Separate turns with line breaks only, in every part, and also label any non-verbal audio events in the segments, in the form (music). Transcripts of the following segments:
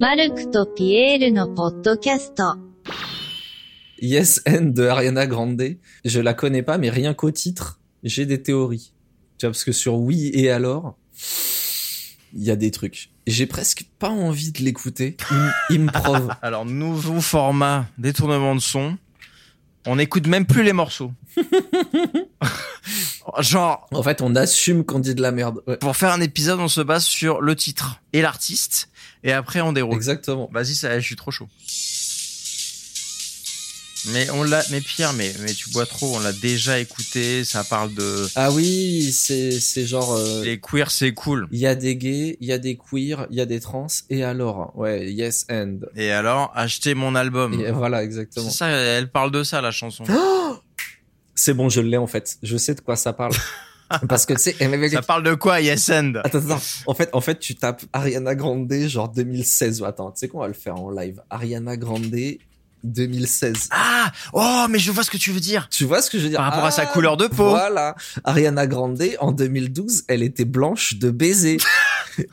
マルクとピエールのポッドキャスト。
Yes and de Ariana Grande. Je la connais pas, mais rien qu'au titre, j'ai des théories. Tu vois, parce que sur Oui et alors, il y a des trucs. J'ai presque pas envie de l'écouter. Il m- Il me provoque. (laughs)
Alors, nouveau format, détournement de son. On n'écoute même plus
(laughs)
les morceaux. Genre,
En fait, on assume qu'on dit de la merde. Ouais,
pour faire un épisode, on se base sur le titre et l'artiste, et après on déroule.
exactement.
Vas-y, ça, je suis trop chaud. Mais on l'a, mais Pierre, mais, mais tu bois trop, on l'a déjà écouté, ça parle de
Ah oui, c'est, c'est genre, euh,
les queers, c'est cool.
il y a des gays, il y a des queers, il y a des trans, et alors? Ouais, yes and.
Et alors, achetez mon album.
Et voilà,
C'est
exactement. Hein
ça, elle parle de ça, la chanson.
C'est bon, je l'ai en fait. Je sais de quoi ça (laughs) parle. Parce que tu sais,
ça parle de quoi, Yes End
Attends, attends. En fait, en fait, tu tapes Ariana Grande, genre 2016. Ou attends, tu sais qu'on va le faire en live. Ariana Grande 2016.
Ah Oh, mais je vois ce que tu veux dire.
Tu vois ce que je veux dire
Par rapport à sa
Ah,
couleur de peau.
Voilà. Ariana Grande, en 2012, elle était blanche de baiser.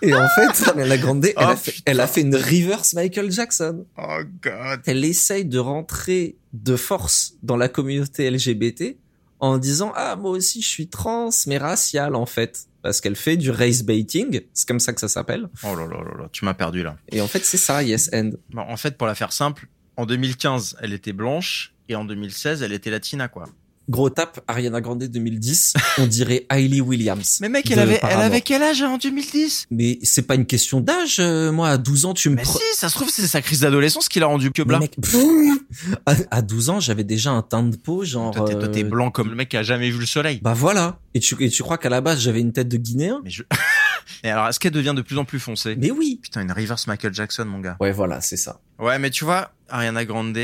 Et en
(laughs)
fait, Ariana Grande, elle, a
Oh,
fait, elle a fait une reverse Michael Jackson.
Oh god.
Elle essaye de rentrer de force dans la communauté LGBT en disant ah moi aussi je suis trans mais racial en fait parce qu'elle fait du race baiting c'est comme ça que ça s'appelle
Oh là là là là, tu m'as perdu là.
Et en fait, c'est ça, Yes End.
Bon, en fait, pour la faire simple, en 2015, elle était blanche et en 2016, elle était latina quoi.
Gros tape, Ariana Grande 2010, on dirait Hailey Williams.
Mais mec,
de
elle avait elle
Paramore.
avait quel âge hein, en 2010
Mais c'est pas une question d'âge, euh, moi, à 12 ans, tu me...
Mais
pre-
si, ça se trouve c'est sa crise d'adolescence qui l'a rendu que
Mais
blanc.
mec, pff, à, (laughs) à 12 ans, j'avais déjà un teint de peau, genre...
Toi, t'es- toi, t'es
euh,
blanc comme le mec qui a jamais vu le soleil.
Bah voilà. Et tu, et tu crois qu'à la base, j'avais une tête de Guinéen
Mais je Et alors, est-ce qu'elle devient de plus en plus foncée
Mais oui
Putain, une reverse Michael Jackson mon gars.
Ouais, voilà, c'est ça.
Ouais, mais tu vois, Ariana Grande,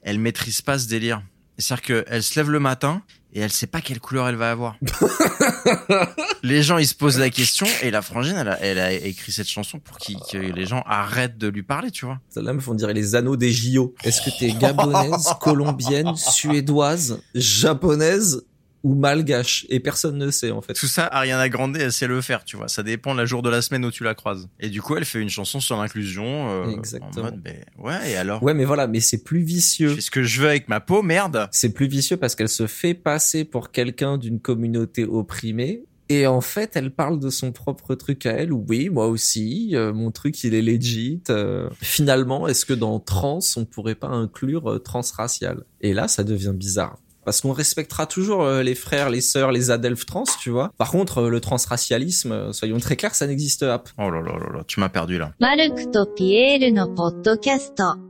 elle maîtrise pas ce délire. C'est-à-dire que elle se lève le matin et elle sait pas quelle couleur elle va
(laughs)
avoir. les gens, ils se posent la question et la frangine, elle a, elle a écrit cette chanson pour qu'il- que les gens arrêtent de lui parler, tu vois.
Celle-là me font dire les anneaux des JO. Est-ce que t'es
(laughs)
gabonaise, colombienne, suédoise, japonaise ou malgache Et personne ne sait, en fait.
Tout ça, Ariana Grande, elle sait le faire, tu vois. Ça dépend de la jour de la semaine où tu la croises. Et du coup, elle fait une chanson sur l'inclusion. euh,
Exactement.
En mode, ben, ouais, et alors
Ouais, mais voilà, mais c'est plus
Je
vicieux.
fais ce que je veux avec ma peau, merde.
C'est plus vicieux parce qu'elle se fait passer pour quelqu'un d'une communauté opprimée. Et en fait, elle parle de son propre truc à elle. Oui, moi aussi, euh, mon truc, il est legit. euh. finalement, est-ce que dans trans, on pourrait pas inclure euh, transracial Et là, ça devient bizarre. Parce qu'on respectera toujours euh, les frères, les sœurs, les adelphes trans, tu vois. Par contre, euh, le transracialisme, euh, soyons très clairs, ça n'existe pas.
Oh là là là là, tu m'as perdu là.
マルクとピエールのポッドキャスト。